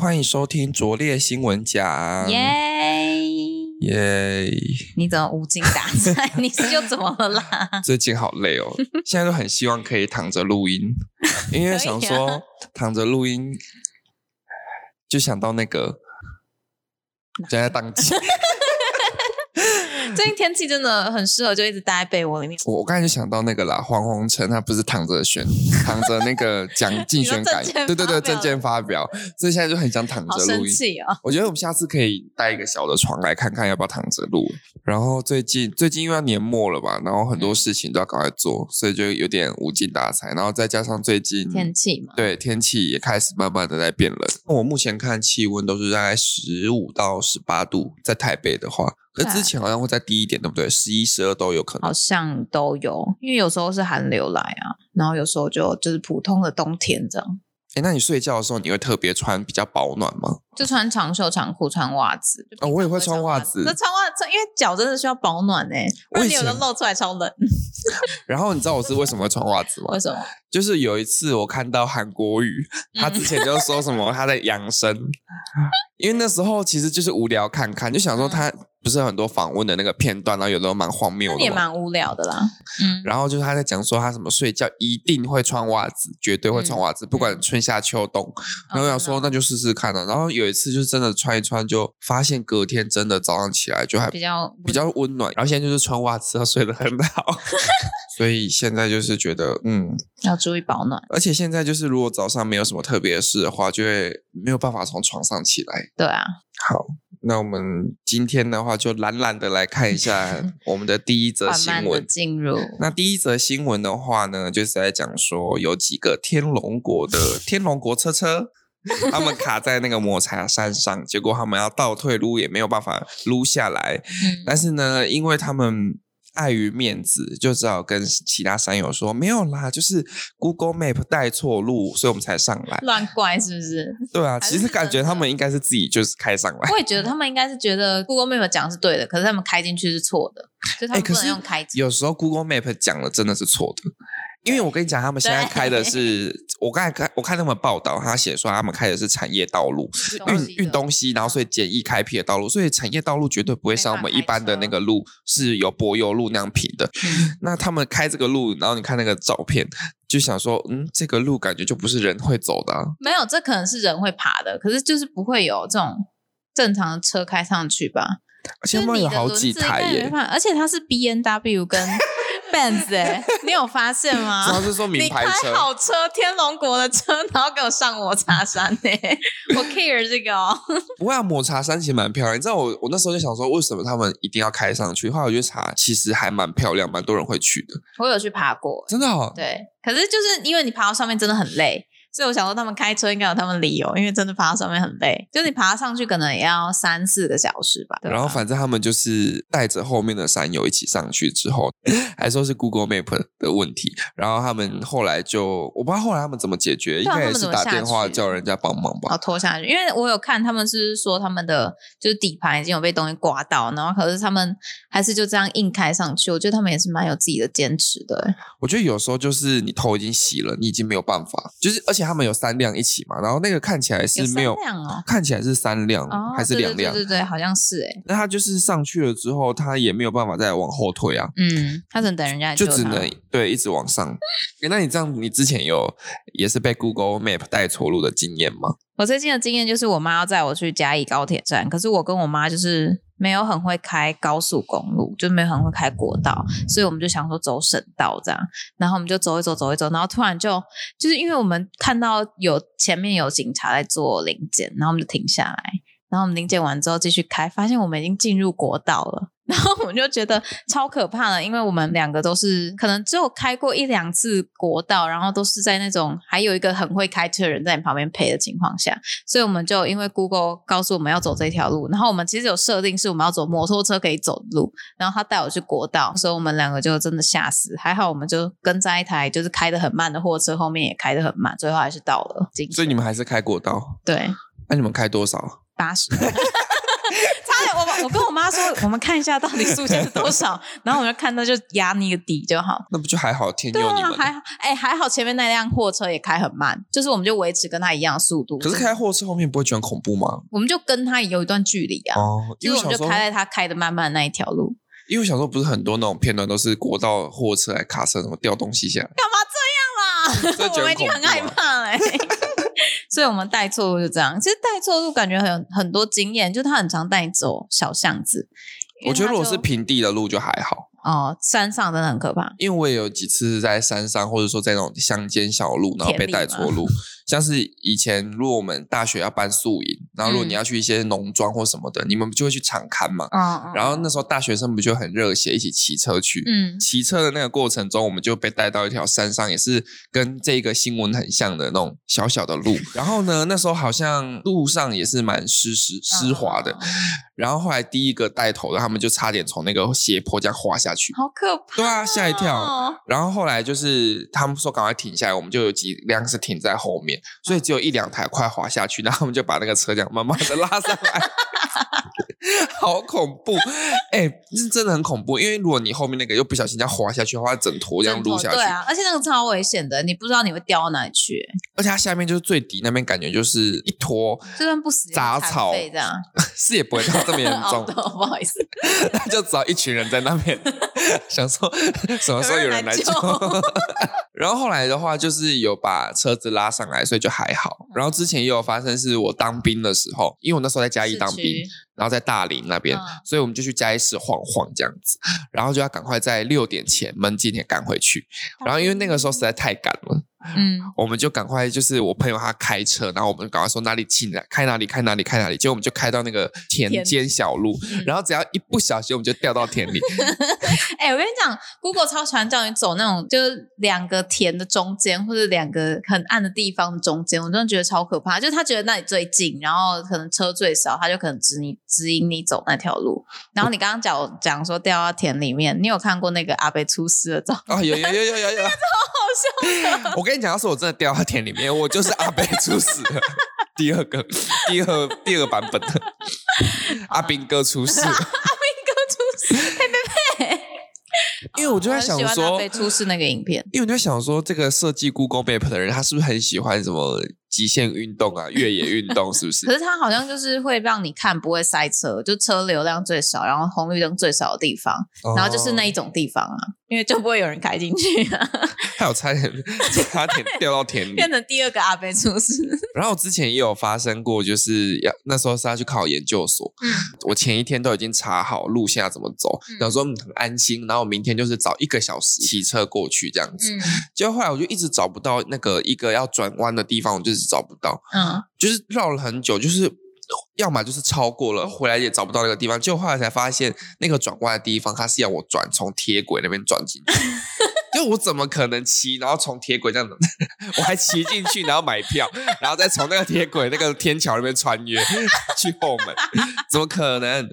欢迎收听拙劣新闻奖。耶！耶！你怎么无精打采？你是又怎么了啦？最近好累 哦，现在都很希望可以躺着录音，因为想说、可以啊躺着录音，就想到那个正在当 机。 最近天气真的很适合，就一直待在被窝里面。我我刚才就想到那个啦，黄宏成他不是躺着选，躺着那个讲竞选改 你说政对见，对对，发表证件发表，所以现在就很想躺好着录生音。气哦！我觉得我们下次可以带一个小的床来看看要不要躺着录。然后最近最近因为要年末了嘛，然后很嗯多事情都要赶快做，所以就有点无精打采。然后再加上最近天气嘛，对天气也开始慢慢的在变冷。我目前看气温都是大概十五到十八度，在台北的话，可是之前好像会再低一点，对不对？十一、十二都有可能好。像都有，因为有时候是寒流来啊，然后有时候就就是普通的冬天这样，哎，那你睡觉的时候你会特别穿比较保暖吗？就穿长袖、长裤、穿袜子。就哦，我也会不穿袜子那。穿袜子，因为脚真的需要保暖哎、我不然以你有的前露出来超冷。然后你知道我是为什么会穿袜子吗为？什么？就是有一次我看到韩国语，他之前嗯就说什么他在养 生，因为那时候其实就是无聊看看，就想说他不是很多访问的那个片段，然后有的都蛮荒嗯那谬你也的嘛。蛮无聊的啦。嗯，然后就是他在讲说他什么睡觉一定会穿袜子，绝对会嗯穿袜子，不管春夏秋冬。哦然后我想啊说那就试试看啊了。然后有一次就真的穿一穿，就发现隔天真的早上起来就还比较比较温暖。然后现在就是穿袜子要睡得很 好，所以现在就是觉得嗯，要注意保暖。而且现在就是，如果早上没有什么特别的事的话，就会没有办法从床上起来。对啊，好，那我们今天的话就懒懒的来看一 下我们的第一则缓新慢的闻。进入。那第一则新闻的话呢，就是在讲说有几个天龙国的天龙国车车，他们卡在那个抹茶山上，结果他们要倒退撸也没有办法撸下来，嗯，但是呢，因为他们碍于面子，就只好跟其他山友说没有啦，就是 Google Map 带错路，所以我们才上 来。乱怪是不是？对啊，还其是实感觉真的他们应该是自己就是开上来。我也觉得他们应该是觉得 Google Map 讲的是对的，可是他们开进去是错的，所以他哎们可不是能用开进。有时候 Google Map 讲的真的是错的，因为我跟你讲，他们现在开的是，我刚才看我看他们报道，他写说他们开的是产业道路，是运运东西，嗯然后所以简易开辟的道路，所以产业道路绝对不会像我们一般的那个路是有柏油路那样平的。嗯那他们开这个路，然后你看那个照片，就想说，嗯，这个路感觉就不是人会走的、啊。没有，这可能是人会爬的，可是就是不会有这种正常的车开上去吧？而且就是他们你有的好轮几子应台该也没耶，办法而且它是 B N W 跟 Benz 哎、你有发现 主要吗？是说名 你牌开车。好车，天龙国的车，然后给我上我茶山呢、我 care 这个哦。不过啊抹茶山其实蛮漂亮，你知道我我那时候就想说，为什么他们一定要开上去？后来我就查，其实还蛮漂亮，蛮多人会去的，我有去爬过，真的哦。对，可是就是因为你爬到上面真的很累，所以我想说他们开车应该有他们理由，因为真的爬到上面很累，就是你爬上去可能也要三四个小时吧。对吧然后反正他们就是带着后面的山友一起上去之后， 还说是 Google Map 的问题，然后他们后来就我不知道后来他们怎么解决，应对啊该也他们是怎么打下电话去啊哦叫人家帮忙然后吧。拖下去，因为我有看他们是说他们的就是底盘已经有被东西刮到，然后可是他们还是就这样硬开上去，我觉得他们也是蛮有自己的坚持的、欸我觉得有时候就是你头已经洗了，你已经没有办法，就是而且他们有三辆一起嘛，然后那个看起来是没有有三辆哦看起来是三辆、哦，还是对两对辆对？对对，好像是哎、欸那他就是上去了之后，他也没有办法再往后退啊，嗯，他只能等人家来就救只他能对一直往上。诶那你这样，你之前有也是被 Google Map 带错路的经验吗？我最近的经验就是，我妈要载我去嘉义高铁站，可是我跟我妈就是没有很会开高速公路，就没有很会开国道，所以我们就想说走省道这样，然后我们就走一走，走一走，然后突然就就是因为我们看到有前面有警察在做临检，然后我们就停下来，然后我们临检完之后继续开，发现我们已经进入国道了。 然后我们就觉得超可怕的，因为我们两个都是可能只有开过一两次国道，然后都是在那种还有一个很会开车的人在你旁边陪的情况下，所以我们就因为 Google 告诉我们要走这条路，然后我们其实有设定是我们要走摩托车可以走的路，然后他带我去国道，所以我们两个就真的吓死，还好我们就跟在一台就是开的很慢的货车，后面也开的很慢，最后还是到了金所以你们还是开过道？对那、你们开多少？ 八十。差点我妈我跟我妈说，我们看一下到底速限是多少，然后我们就看到就压那个底就好。那不就还好天佑对你啊，们？还好，哎、还好前面那辆货车也开很慢，就是我们就维持跟他一样的速度。可是开货车后面不会觉得很恐怖吗？我们就跟他有一段距离啊，哦，因就为是我我小时们就候，开在他开的慢慢的那一条 路。因为我小时候不是很多那种片段都是国道货车来卡车，什么掉东西下来。这干嘛这样啦？觉得我们已经很害怕了欸、 所以我们带错路就这样。其实带错路感觉很很多经验，就是他很常带你走小巷子。因为我觉得他如果就是平地的路就还好，哦，山上真的很可怕。因为我也有几次在山上，或者说在那种乡间小路，然后被带错 路。像是以前，如果我们大学要办宿营，然后如果嗯你要去一些农庄或什么的，你们不就会去场勘嘛？嗯，然后那时候大学生不就很热血，一起骑车去。嗯骑车的那个过程中，我们就被带到一条山上，也是跟这个新闻很像的那种小小的路。然后呢，那时候好像路上也是蛮湿湿湿滑哦嗯的。然后后来第一个带头的，他们就差点从那个斜坡这样滑下去。好可怕、对啊，吓一跳。哦。然后后来就是他们说赶快停下来，我们就有几辆是停在后面，所以只有一两台快滑下去，然后他们就把那个车这样慢慢的拉上来， 好恐怖！哎、是真的很恐怖，因为如果你后面那个又不小心这样滑下去的话，整坨这样撸下去，对啊，而且那个超危险的，你不知道你会掉到哪里去，而且它下面就是最底那边，感觉就是一坨，就算不死也是杂残草废这样。是也不会到这么严哦重，对不好意思，那 就找一群人在那 边想说什么时候有人来救有人来。 然后后来的话，就是有把车子拉上来，所以就还嗯好。然后之前也有发生，是我当兵的时候，因为我那时候在嘉义当市兵区，然后在大林那边，嗯所以我们就去嘉义市晃晃这样子，然后就要赶快在六点前门禁点赶回去。然后因为那个时候实在太赶了，嗯，我们就赶快就是我朋友他开车，然后我们赶快说哪里进来，开哪里开哪里开哪里，结果我们就开到那个田田间小路， 嗯然后只要一不小心我们就掉到田 里， 哎、我跟你讲，Google 超喜欢叫你走那种就是两个田的中间，或者两个很暗的地方的中间，我真的觉得超可怕。就是他觉得那里最近，然后可能车最少，他就可能指你指引你走那条路。然后你刚刚讲讲说掉到田里面，你有看过那个阿贝出师的照？哦，有有有有有有，好笑。我跟你讲，要是我真的掉到田里面，我就是阿北出事 了。第二个，第二第二个版本的阿兵哥出事，出师，因为我就在很喜想欢阿说，贝出师那个影片。因为我就在想说，这个设计 Google Map 的人，他是不是很喜欢什么极限运动啊、越野运动？是不 可是？是它好像就是会让你看不会塞车，就车流量最少，然后红绿灯最少的地方，然后就是那哦，一种地方啊，因为就不会有人开进去、啊。 还有差点差点掉到田 里。变成第二个阿贝出师。 然后之前也有发生过，就是要那时候是要去考研究所，嗯，我前一天都已经查好路线要怎么走，嗯想说嗯很安心，然后我明天就是早一个小时骑车过去这样嗯子。结果后来我就一直找不到那个一个要转弯的地方，我就是找不到，嗯就是绕了很久，就是要么就是超过了，回来也找不到那个地方。结果后来才发现，那个转弯的地方它是要我转从铁轨那边转进去。就我怎么可能骑，然后从铁轨这样子， 我还骑进去，然后买票，然后再从那个铁轨那个天桥那边穿越 去后门，怎么可能？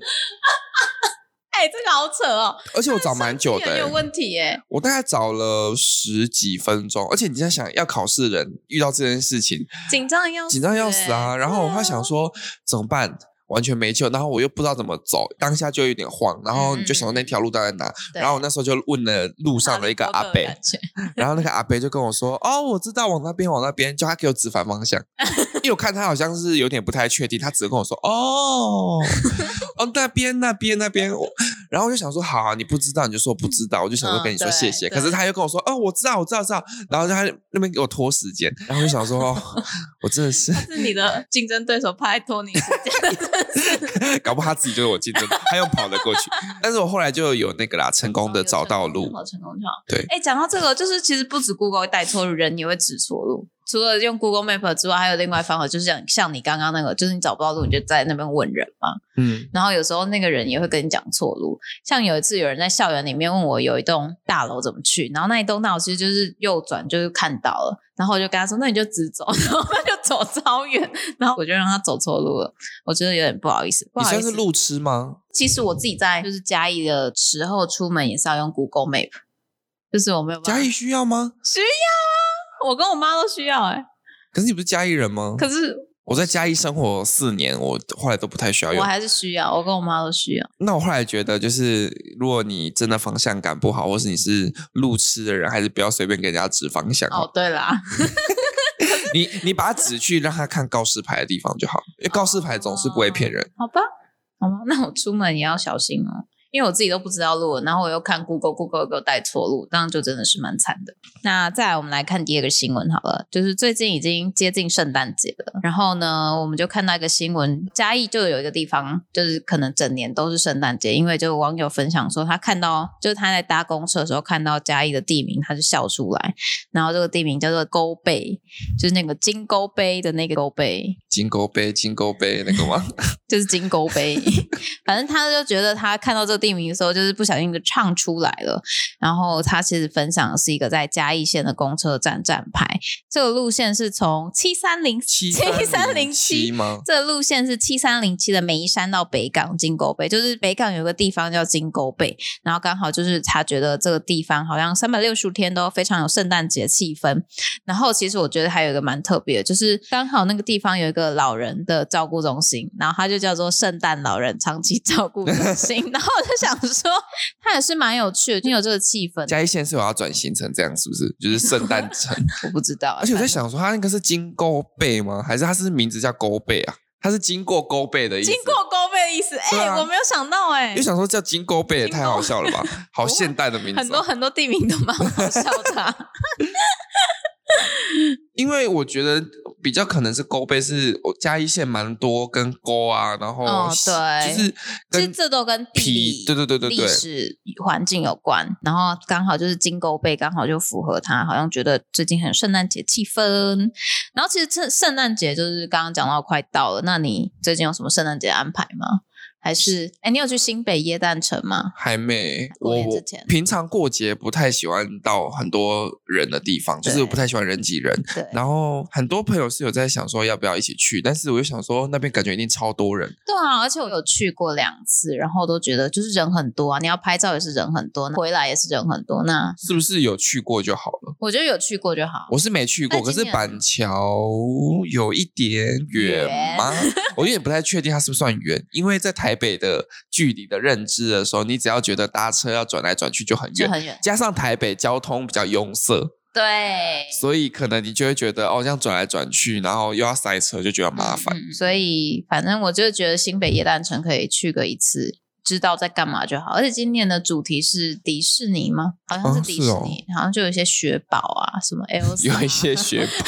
哎、这个好扯哦，而且我找蛮久的、很有欸，问题耶、我大概找了十几分钟。而且你在想，要考试的人遇到这件事情，紧张得要死紧张要死啊！耶然后我对啊会想说怎么办，完全没救。然后我又不知道怎么走，当下就有点慌。然后你就想说那条路到底在哪？嗯对啊然后我那时候就问了路欸上的一个阿伯，哈利波特的感觉 然后那个阿伯就跟我说：“哦，我知道，往那边，往那边。”叫他给我指反方向，因为我看他好像是有点不太确定，他只跟我说：“哦，哦那边，那边，那边。我”然后我就想说：“好、啊，你不知道你就说不知道。”我就想说跟你说嗯谢谢，对可是他又跟我说：“哦，我知道，我知道，知道。”然后他那边给我拖时间，然后我就想说：“哦、我真的是。”是你的竞争对手派托尼时间，搞不好他自己就是我竞争，他又跑了过去。但是我后来就有那个啦，成功的找到路。哦好成功就好。对哎、讲到这个，就是其实不止 Google 会带错路，人也会指错路。除了用 Google Map 之外，还有另外方法，就是像像你刚刚那个，就是你找不到路，你就在那边问人嘛。嗯，然后有时候那个人也会跟你讲错路。像有一次有人在校园里面问我有一栋大楼怎么去，然后那一栋大楼其实就是右转就是看到了，然后我就跟他说那你就直走， 然后他就走超远，然后我就让他走错路了，我觉得有点不好意思，不你好意算是思。路痴吗？其实我自己在就是嘉义的时候出门也是要用 Google Map，就是我没有办嘉法义，需要吗？需要啊，我跟我妈都需要哎、可是你不是嘉义人吗？可是我在嘉义生活四年，我后来都不太需要我用。还是需要，我跟我妈都需要。那我后来觉得，就是如果你真的方向感不好，或是你是路痴的人，还是不要随便给人家指方向好。哦，对啦，你你把它指去让他看告示牌的地方就好，因为告示牌总是不哦会骗人。好吧，好吧，那我出门也要小心哦，因为我自己都不知道路了，然后我又看 Google，Google 给我带错路，这样就真的是蛮惨的。那再来，我们来看第二个新闻好了，就是最近已经接近圣诞节了，然后呢，我们就看到一个新闻，嘉义就有一个地方，就是可能整年都是圣诞节，因为就有网友分享说，他看到就是他在搭公车的时候看到嘉义的地名，他就笑出来，然后这个地名叫做沟背，就是那个金沟碑的那个沟背，金钩杯，金钩杯那个吗？就是金钩杯， 反正他就觉得他看到这个地名的时候，就是不小心就唱出来了。然后他其实分享的是一个在嘉义县的公车站站牌，这个路线是从 七三零七7307七吗？这个路线是七三零七的每一山到北港金钩背，就是北港有个地方叫金钩背，然后刚好就是他觉得这个地方好像三百六十五天都非常有圣诞节气氛。然后其实我觉得还有一个蛮特别的，就是刚好那个地方有一个老人的照顾中心，然后它就叫做圣诞老人长期照顾中心。 然后我就想说，它也是蛮有趣的，就有这个气氛。嘉义县是有要转型成这样，是不是？就是圣诞城。我不知道， 欸而且我在想说，它那个是金钩背吗？还是它是名字叫钩背啊？它是经过钩背的意思。经过勾背的意思，哎、对啊我没有想到、哎就。想说叫金钩背也金钩太好笑了吧，好现代的名很字、多哦。很多地名都蛮好笑的啊、因为我觉得比较可能是钩背是我嘉义县蛮多跟钩啊，然后、哦对就是其实跟这都跟皮地理、对对对对对历史环境有关。然后刚好就是金钩背，刚好就符合他，好像觉得最近很有圣诞节气氛。然后其实圣圣诞节就是刚刚讲到快到了，那你最近有什么圣诞节安排吗？还是哎，你有去新北耶诞城吗？还没，过我年我之前平常过节不太喜欢到很多人的地方，就是对我不太喜欢人挤人。对然后很多朋友是有在想说要不要一起去，但是我又想说那边感觉一定超多人，对啊，而且我有去过两次，然后都觉得就是人很多啊，你要拍照也是人很多，回来也是人很多。那是不是有去过就好了？我觉得有去过就好。我是没去过，那可今是年板桥有一点远 吗？我有点不太确定它是不是算远，因为在台北的距离的认知的时候，你只要觉得搭车要转来转去就很就远，很远，加上台北交通比较拥塞，对，所以可能你就会觉得哦，这样转来转去，然后又要塞车，就觉得麻烦。嗯所以反正我就觉得新北夜诞城可以去个一次，知道在干嘛就好。而且今年的主题是迪士尼吗？好像是哦迪士是哦尼，好像就有一些雪宝啊，什么 Elsa，啊有一些雪宝，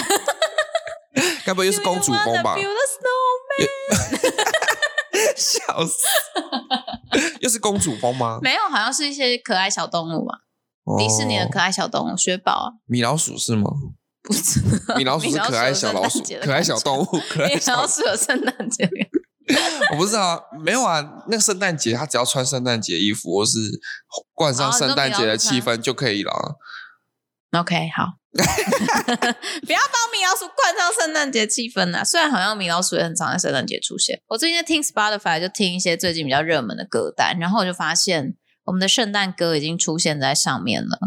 该不会又是公主风吧 You wanna？build a snow- 笑死，又是公主风吗？没有，好像是一些可爱小动物吧，啊迪士尼的可哦爱小动物，雪宝啊，米老鼠是吗？不知道米老鼠是可爱小老鼠，可爱小动物。物，可爱米 小老。鼠有圣诞节的感觉，我不知道啊，没有啊。那个圣诞节，他只要穿圣诞节衣服，或是冠上哦你说圣诞节米的老鼠气氛就可以了。啊 OK，好， 不要帮米老鼠冠上圣诞节气氛啊！虽然好像米老鼠也很常在圣诞节出现。我最近在听 Spotify，就听一些最近比较热门的歌单，然后我就发现我们的圣诞歌已经出现在上面了，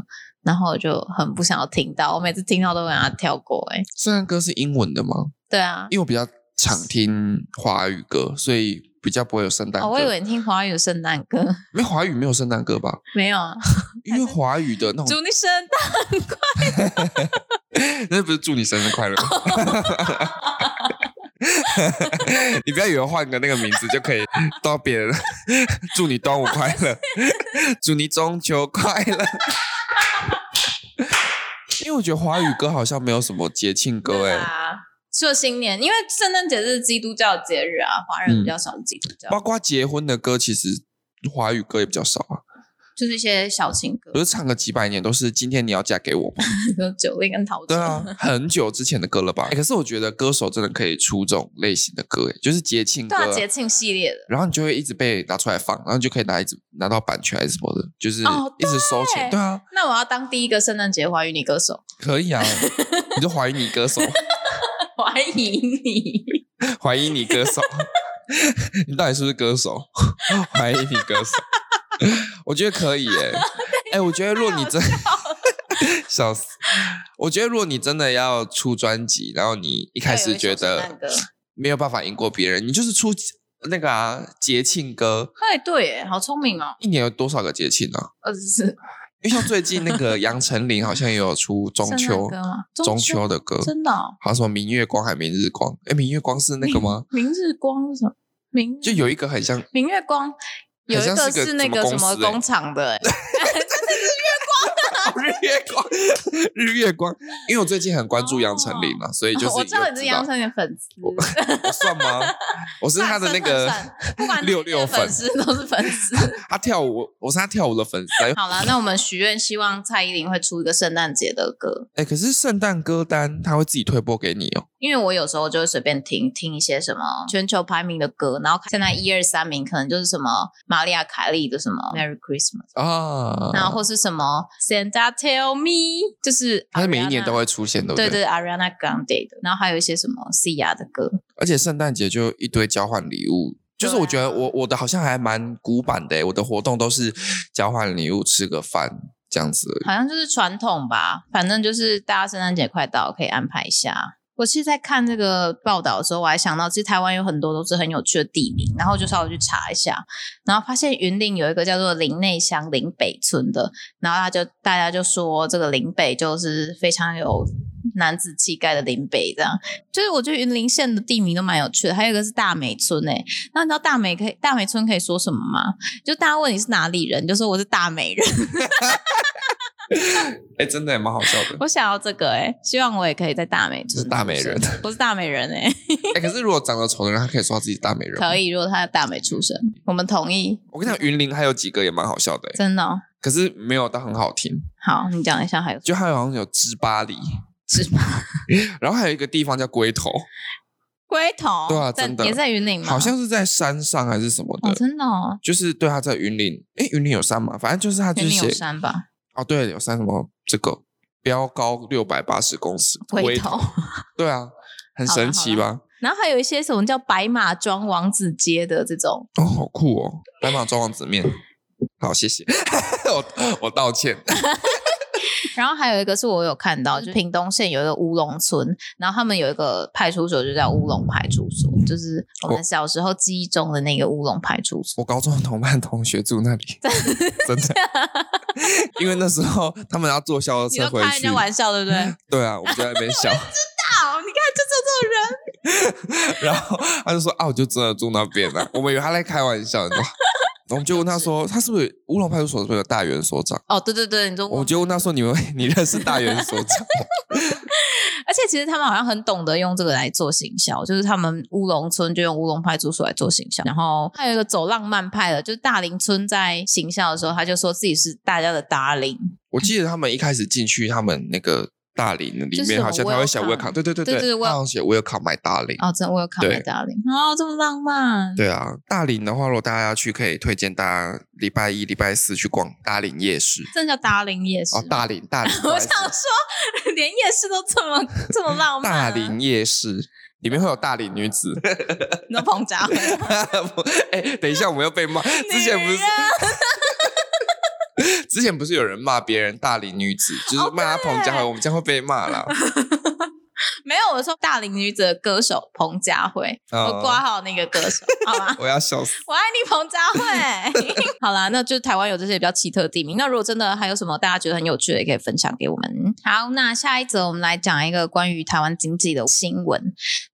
然后我就很不想要听到。我每次听到都会把它跳过、欸。哎，圣诞歌是英文的吗？对啊，因为我比较常听华语歌，所以比较不会有圣诞歌。哦，我以为你听华语有圣诞歌，没华语没有圣诞歌吧？没有啊？因为华语的那种，祝你圣诞， 那不是祝你生日快乐吗？ 你不要以为换个那个名字就可以到别人，祝你端午快乐， 祝你中秋快乐。因为我觉得华语歌好像没有什么节庆歌哎、啊！说新年，因为圣诞节是基督教节日啊，华人比较少基督教，欸包括结婚的歌，其实华语歌也比较少啊。就是一些小情歌不。是唱个几百年都是今天你要嫁给我吗？有酒类跟桃子。对啊，很久之前的歌了吧？欸可是我觉得歌手真的可以出这种类型的歌，哎，就是节庆歌对啊，，节庆系列的。然后你就会一直被拿出来放，然后你就可以拿一直拿到版权还是什么的，就是哦一直收钱。对对啊，那我要当第一个圣诞节华语女歌手，可以啊，你就怀疑你歌手， 怀疑你。怀疑你歌手， 你到底是不是歌手？ 怀疑你歌手， 我觉得可以 哎、哎、我觉得如果你真 笑 死，我觉得如果你真的要出专辑，然后你一开始觉要有一首圣得诞歌没有办法赢过别人。你就是出那个啊节庆歌，哎，对耶，好聪明哦，一年有多少个节庆呢、啊？二十四因为像最近那个杨丞琳好像也有出中圣诞秋歌吗？中秋的歌，真的哦，好像什么明月光还明日光，哎，明月光是那个吗？明日光是什么？明就有一个很 像明月光有一好像是个是那什么公什么司哎工厂的哎，日月光，日月光，因为我最近很关注杨丞琳嘛，所以就是哦 我知道有你是杨丞琳的粉丝，我算吗？我是他的那个 算算算 不管哪一六个六粉粉，丝都是粉 丝。他跳舞，我是他跳舞的粉丝。啊好了，那我们许愿，希望蔡依林会出一个圣诞节的歌，哎，可是圣诞歌单他会自己推播给你哦。因为我有时候就会随便听听一些什么全球排名的歌，然后看现在一二三名可能就是什么玛丽亚凯莉的什么 Merry Christmas，、啊，然后或是什么 Santa Tell Me，就是他每一年 Ariana- 都会出现，对不对对 Ariana Grande 的，然后还有一些什么 Sia 的歌，而且圣诞节就一堆交换礼物。就是我觉得我我的好像还蛮古板的欸，我的活动都是交换礼物、吃个饭这样子而已。好像就是传统吧，反正就是大家圣诞节快到，可以安排一下。我其实，在看这个报道的时候，我还想到，其实台湾有很多都是很有趣的地名，然后我就稍微去查一下，然后发现云林有一个叫做林内乡林北村的，然后他就大家就说这个林北就是非常有男子气概的林北，这样就是我觉得云林县的地名都蛮有趣的，还有一个是大美村诶、那你知道大美可以大美村可以说什么吗？就大家问你是哪里人，你就说我是大美人。哎，真的也蛮好笑 的。我想要这个哎、希望我也可以在大美是村。大美 人，不是大美人哎、 哎，可是如果长得丑的人，他可以说他自己大美人吗。可以。如果他在大美出生，我们同意，我跟你讲，云林还有几个也蛮好笑的欸，真的哦、可是没有到很好听。好，你讲一下还有就还有好像有芝巴黎，芝 麻然后还有一个地方叫龟头，龟头，对啊在真的也在云岭吗？好像是在山上还是什么的，哦，真的哦，就是对他在云林，诶，云林有山嘛，反正就是他就云是岭写有 山吧？哦，对，有山什么这个标高六百八十公尺龟头，对啊，很神奇吧？ 然后还有一些什么叫白马庄王子街的这种，哦，好酷哦，白马庄王子面，好，谢谢，我我道歉，然后还有一个是我有看到，就是屏东县有一个乌龙村，然后他们有一个派出所就叫乌龙派出所，就是我们小时候记忆中的那个乌龙派出所。我高中的同班同学住那里， 真的， 因为那时候他们要坐校你车都回开人去家，玩笑对不对？对啊，我们就在那边 笑。好，你看就这种人，然后他就说啊，我就真的住那边了、我们以为他在开玩笑，你知道。我们就问他说，他是不是乌龙派出所是不是有大元所长？哦，对对对，你说我就问他说，你们 你认识大元所长吗？而且其实他们好像很懂得用这个来做行销，就是他们乌龙村就用乌龙派出所来做行销，然后还有一个走浪漫派的，就是大林村在行销的时候，他就说自己是大家的达林，我记得他们一开始进去，他们那个大林里就是什面么好像他会写 welcome welcome，对对对对对他好像写 welcome 买大林。哦，真的我有看对过达林，哦，这么浪漫，对啊，大林的话，如果大家要去，可以推荐大家礼拜一、礼拜四去逛大林夜市。真的叫达林夜市哦，吗。大林，大林，不好 我意思想说，连夜市都这么这么浪漫、啊大，林夜市里面会有大龄女子。 你都捧家回来哎、等一下，我们要被 骂。 之前不女人是，之前不是有人骂别人大龄女子，哦就是骂她彭佳慧，我们这样会被骂啦。没有，我说大龄女子的歌手彭佳慧， 我哦挂号那个歌手，好吗？我要笑死。我爱你，彭佳 慧。好啦，那就是台湾有这些比较奇特的地名。那如果真的还有什么大家觉得很有趣的，也可以分享给我们。好，那下一则我们来讲一个关于台湾经济的新闻，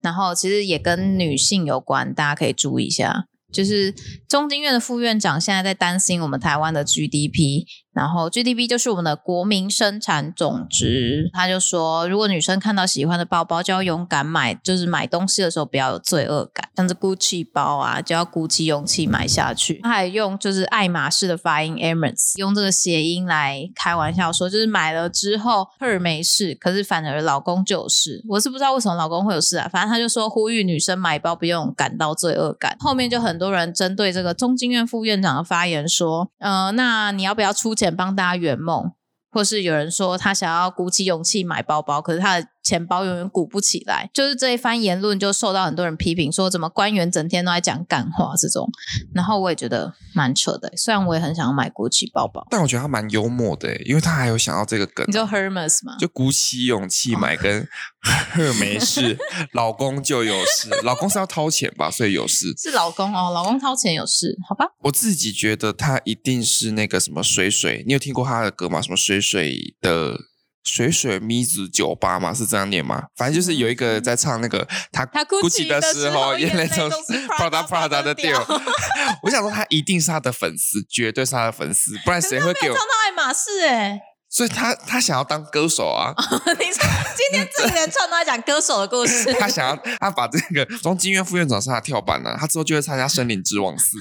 然后其实也跟女性有关，大家可以注意一下。就是中经院的副院长现在在担心我们台湾的 GDP，然后 GDP 就是我们的国民生产总值。他就说，如果女生看到喜欢的包包，就要勇敢买，就是买东西的时候不要有罪恶感，像是 GUCCI 包啊，就要鼓起勇气买下去。他还用就是爱马仕的发音 Emirates，用这个谐音来开玩笑说，就是买了之后赫尔没事，可是反而老公就有事。我是不知道为什么老公会有事啊，反正他就说呼吁女生买包不用感到罪恶感。后面就很多人针对这个中经院副院长的发言说，呃，那你要不要出钱帮大家圆梦？或是有人说他想要鼓起勇气买包包，可是他的钱包永远鼓不起来。就是这一番言论就受到很多人批评，说怎么官员整天都在讲干话这种。然后我也觉得蛮扯的，欸虽然我也很想要买 GUCCI 包包。但我觉得他蛮幽默的，欸因为他还有想到这个梗你，就 Hermes 吗？就鼓起勇啊气买跟 赫没事，老公就有事，老公是要掏钱吧，所以有事。是老公哦，老公掏钱有事，好吧？我自己觉得他一定是那个什么水水，你有听过他的歌吗？什么水水的水水咪子酒吧吗？是这样念吗？反正就是有一个在唱那个他嗯他 GUCCI GUCCI 的时时候眼眼泪泪从都是 Prada Prada Prada 的的掉掉。 我想说他一定是他的粉丝，绝对是他的粉丝，不然谁会给没有我唱？到爱马仕哎、 所以他他想要当歌手啊，你说今天这一连串都在讲歌手的 故事，他想要他把这个中金院副院长是他的跳板啊，他之后就会参加森林之王四。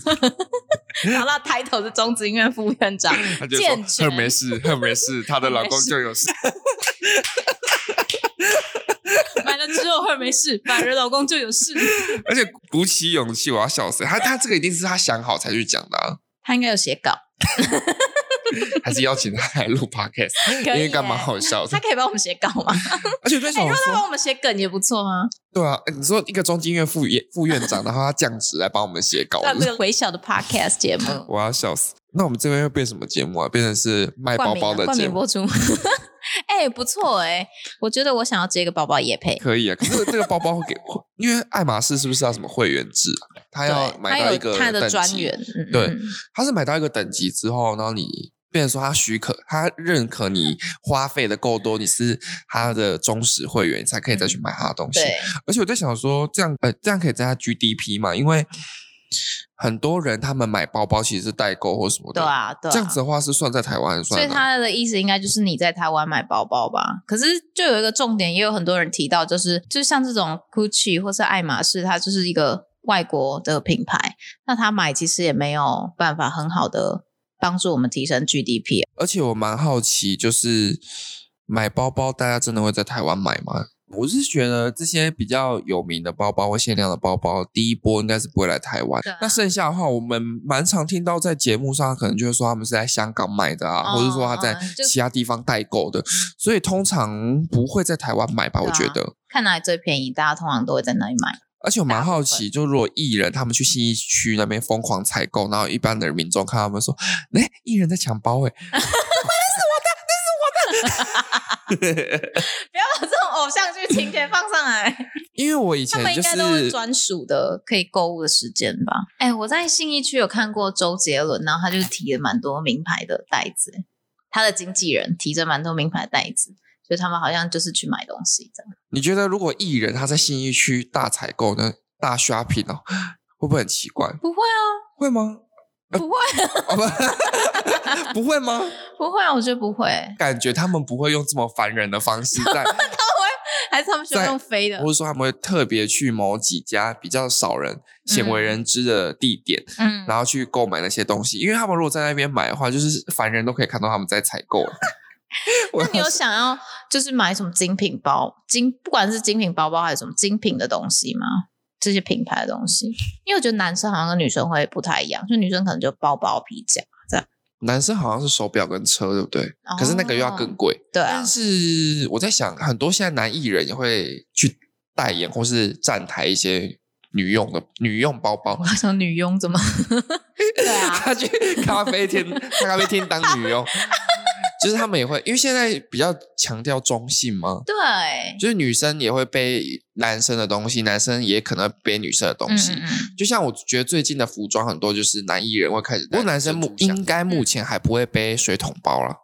然后他抬头是中职音乐副院长他，就健说全很没事，很没事，她的老公就有事。买了之后会没事，买了老公就有事。而且鼓起勇气，我要笑死。他他这个一定是他想好才去讲的、啊，他应该有写稿，还是邀请他来录 podcast，因 可为以干嘛耶好笑他的。可以帮我们写稿吗？而且我在哎，想让 他说，帮我们写梗也不错啊，对啊，你说一个中金院副院副院长，然后他降职来帮我们写 稿，让这个微小的 podcast 节目我要笑死。那我们这边会变什么节目啊？变成是 卖包冠名包啊的冠节名目，播出。 哎，不错哎，我觉得我想要接一个包包也配，可以啊。可是这个包包会给，因为爱马仕是不是要什么会员制啊？他要对，买他到有一个他的等专级员，嗯对嗯他是买到一个等级之后，然后你变成说他许可，他认可你花费的够多，你是他的忠实会员，你才可以再去买他的东西。嗯对，而且我在想说，这样呃，这样可以增加 GDP 嘛？因为很多人他们买包包其实是代购或什么的，对啊，对啊，这样子的话是算在台湾还是所以算哪？他的意思应该就是你在台湾买包包吧？可是就有一个重点，也有很多人提到，就是就像这种 GUCCI 或是爱马仕，它就是一个外国的品牌，那他买其实也没有办法很好的帮助我们提升 GDP。而且我蛮好奇，就是买包包，大家真的会在台湾买吗？我是觉得这些比较有名的包包或限量的包包，第一波应该是不会来台湾。对啊那剩下的话，我们蛮常听到在节目上，可能就是说他们是在香港买的啊，哦或者说他在哦就嗯其他地方代购的， 所以通常不会在台湾买吧？对我啊觉得。看哪里最便宜，大家通常都会在那里买。 而且我蛮大部好分奇，就如果艺人他们去信义区那边疯狂采购，然后一般的民众看他们说，哎、艺人在抢包哎、不要把这种偶像剧情节放上来，因为我以他前们就应该都有是专属的可以购物的时间吧？哎、我在信义区有看过周杰伦，然后他就提了蛮多名牌的袋子，他的经纪人提着蛮多名牌袋子，所以他们好像就是去买东西这样。你觉得如果艺人他在信义区大采购呢，大 shopping 哦，会不会很奇怪？不会啊，会吗？不会， 哦不， 不会吗？不会啊，我觉得不会，感觉他们不会用这么烦人的方式 在，还是他们喜欢在用飞的或。者说他们会特别去某几家比较少人、鲜为人知的地点，嗯，然后去购买那些东西。因为他们如果在那边买的话，就是凡人都可以看到他们在采购。我 那你有想要就是买什么精品包精，不管是精品包包还是什么精品的东西吗？这些品牌的东西，因为我觉得男生好像跟女生会不太一样，就女生可能就包包、皮夹这样。男生好像是手表跟车，对不对？哦可是那个又要更贵。对啊但，是我在想，很多现在男艺人也会去代言或是站台一些女用的女用包包我，还想女佣怎么？ 对啊， 他去咖啡厅，他咖啡厅当女佣，就是他们也会，因为现在比较强调中性嘛，对，就是女生也会背男生的东西，男生也可能背女生的东嗯西。嗯嗯就像我觉得最近的服装很多，就是男艺人会开始带不过着图像，男生目应该嗯目前还不会背水桶包了。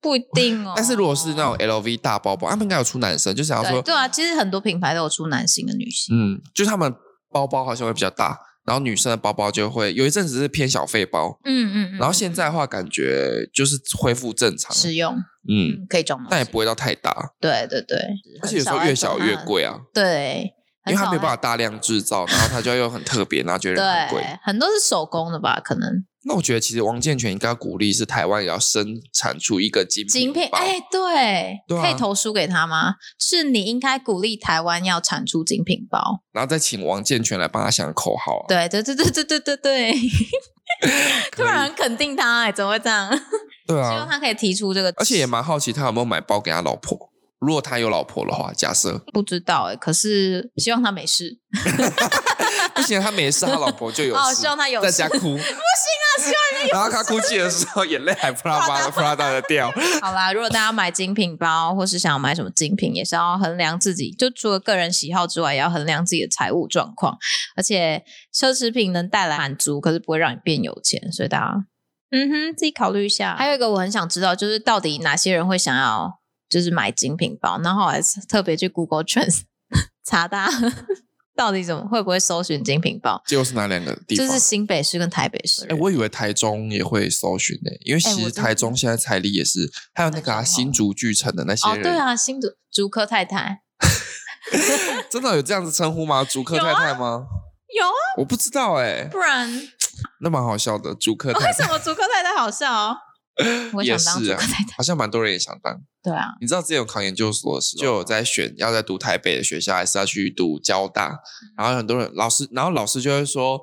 不一定哦。但是如果是那种 LV 大包包，他们应该有出男生，就想要对说，对啊，其实很多品牌都有出男性跟女性。嗯，就是他们包包好像会比较大，然后女生的包包就会有一阵子是偏小费包，嗯嗯嗯，然后现在的话感觉就是恢复正常，实用，嗯，嗯，可以装东西。但也不会到太大，对对对，而且有时候很少越小在装越它的，贵啊，对，啊因为它没有办法。法大量制造，然后它就要用很特别，然后觉得很贵。对，很多是手工的吧？可能那我觉得其实王健全应该鼓励是台湾也要生产出一个精精品，包，哎，对，对啊可以投书给他吗？是你应该鼓励台湾要产出精品包。然后再请王健全来帮他想口号、啊。对对对对对对对对， 可以 突然很肯定他、哎，怎么会这样？希对望啊，他可以提出这个，而且也蛮好奇他有没有买包给他老婆。如果他有老婆的话，假设不知道哎、可是希望他没 事。不行，他没事，他老婆就有事，哦，希望他有在事家。哭，不行啊，然后他哭泣的时候，眼泪还啪啦啪 啦啪啦的掉。希望好啦。如果大家买精品包，或是想要买什么精品，也是要衡量自己，就除了个人喜好之外，也要衡量自己的财务状况。而且奢侈品能带来满足，可是不会让你变有钱，所以大家嗯哼自己考虑一下。还有一个我很想知道，就是到底哪些人会想要就是买精品包？然后我还特别去 Google Trends 查大家到底怎么会不会搜寻精品包。结果是哪两个地就方？是新北市跟台北市，哎、我以为台中也会搜寻呢、因为哎其我实真的台中现在财力也是，还有那个、啊、台中哦新竹巨城的那些哦，人，对啊，新竹竹科太太真的有这样子称呼吗？竹客太太吗？啊有啊，我不知道哎、不然哦那蛮好笑的，竹客太为太什么竹科太太好笑哦？我也想当是竹啊科太太，好像蛮多人也想当。对啊，你知道之前有考研究所的时候，就有在选要在读台北的学校，还是要去读交大。然后很多人老师，然后老师就会说，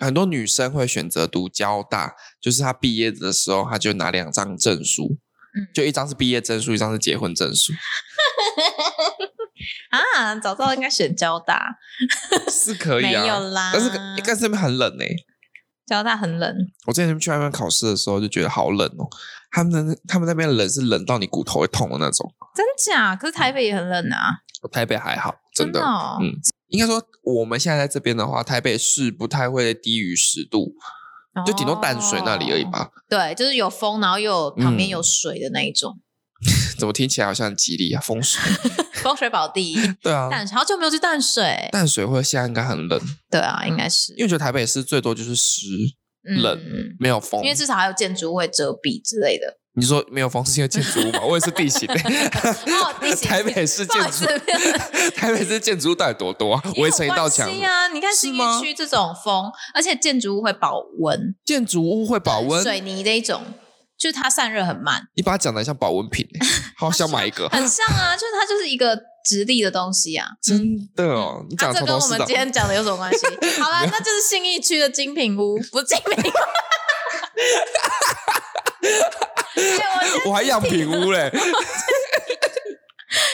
很多女生会选择读交大，就是她毕业的时候，她就拿两张证书嗯，就一张是毕业证书，一张是结婚证书， 啊，早知道应该选交大，是可以没有啊。啦，但是但是那边很冷哎、交大很冷，我之前去那边考试的时候就觉得好冷哦，他们那他们那边冷是冷到你骨头会痛的那种。真假？可是台北也很冷啊，台北还好，真的，的哦，嗯应该说我们现在在这边的话，台北市不太会低于十度，嗯就顶多淡水那里而已哦。吧。对，就是有风，然后又有旁边嗯有水的那一种， 怎么听起来好像很吉利啊？风水，风水宝 地。对啊，淡水好久没有去淡水，淡水会现在应该很冷，对啊，应该是因为我觉得台北市最多就是湿，嗯冷没有风因。为至少还有建筑物会遮蔽之 类的。你说没有风是因为建筑物嘛？我也是地形欸，哦， 地形台北市不建好筑意思，台北市建筑物到底多多啊？ 围成一道墙有关，系啊！你看是新吗一区这种风，而且建筑物会保温，建筑物会保温，水泥的一种，就是它散热很慢，你把它讲的像保温瓶欸，好想买一个， 很像啊，就是它就是一个直立的东西啊。真的哦！你啊，讲的这头跟头我是们道。今天讲的有什么关系？ 好啦，那就是信义区的精品屋，不是精品屋。哎我先我还养品屋嘞，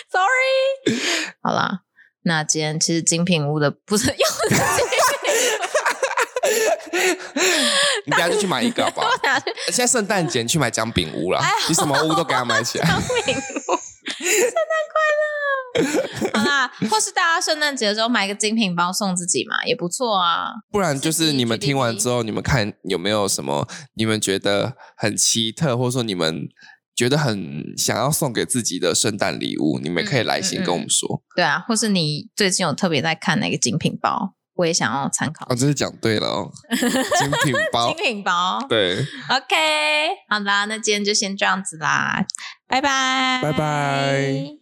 Sorry，好啦，那今天其实精品屋的不是 又是精品你等下就去买一个好 不好？屋，拿去现在圣诞节你去买姜饼屋啦哎，你什么屋都给它买起 来。当礼物。圣诞快乐！好啦，或是大家圣诞节的时候买个精品包送自己嘛，也不错啊。不然就是你们听完之后，你们看有没有什么你们觉得很奇特，或者说你们觉得很想要送给自己的圣诞礼物，你们可以来信跟我们说。对啊，或是你最近有特别在看哪个精品包，我也想要参考哦，。这是讲对了 哦，精品包精。品包对， ，OK，好啦，那今天就先这样子啦，拜拜，拜拜。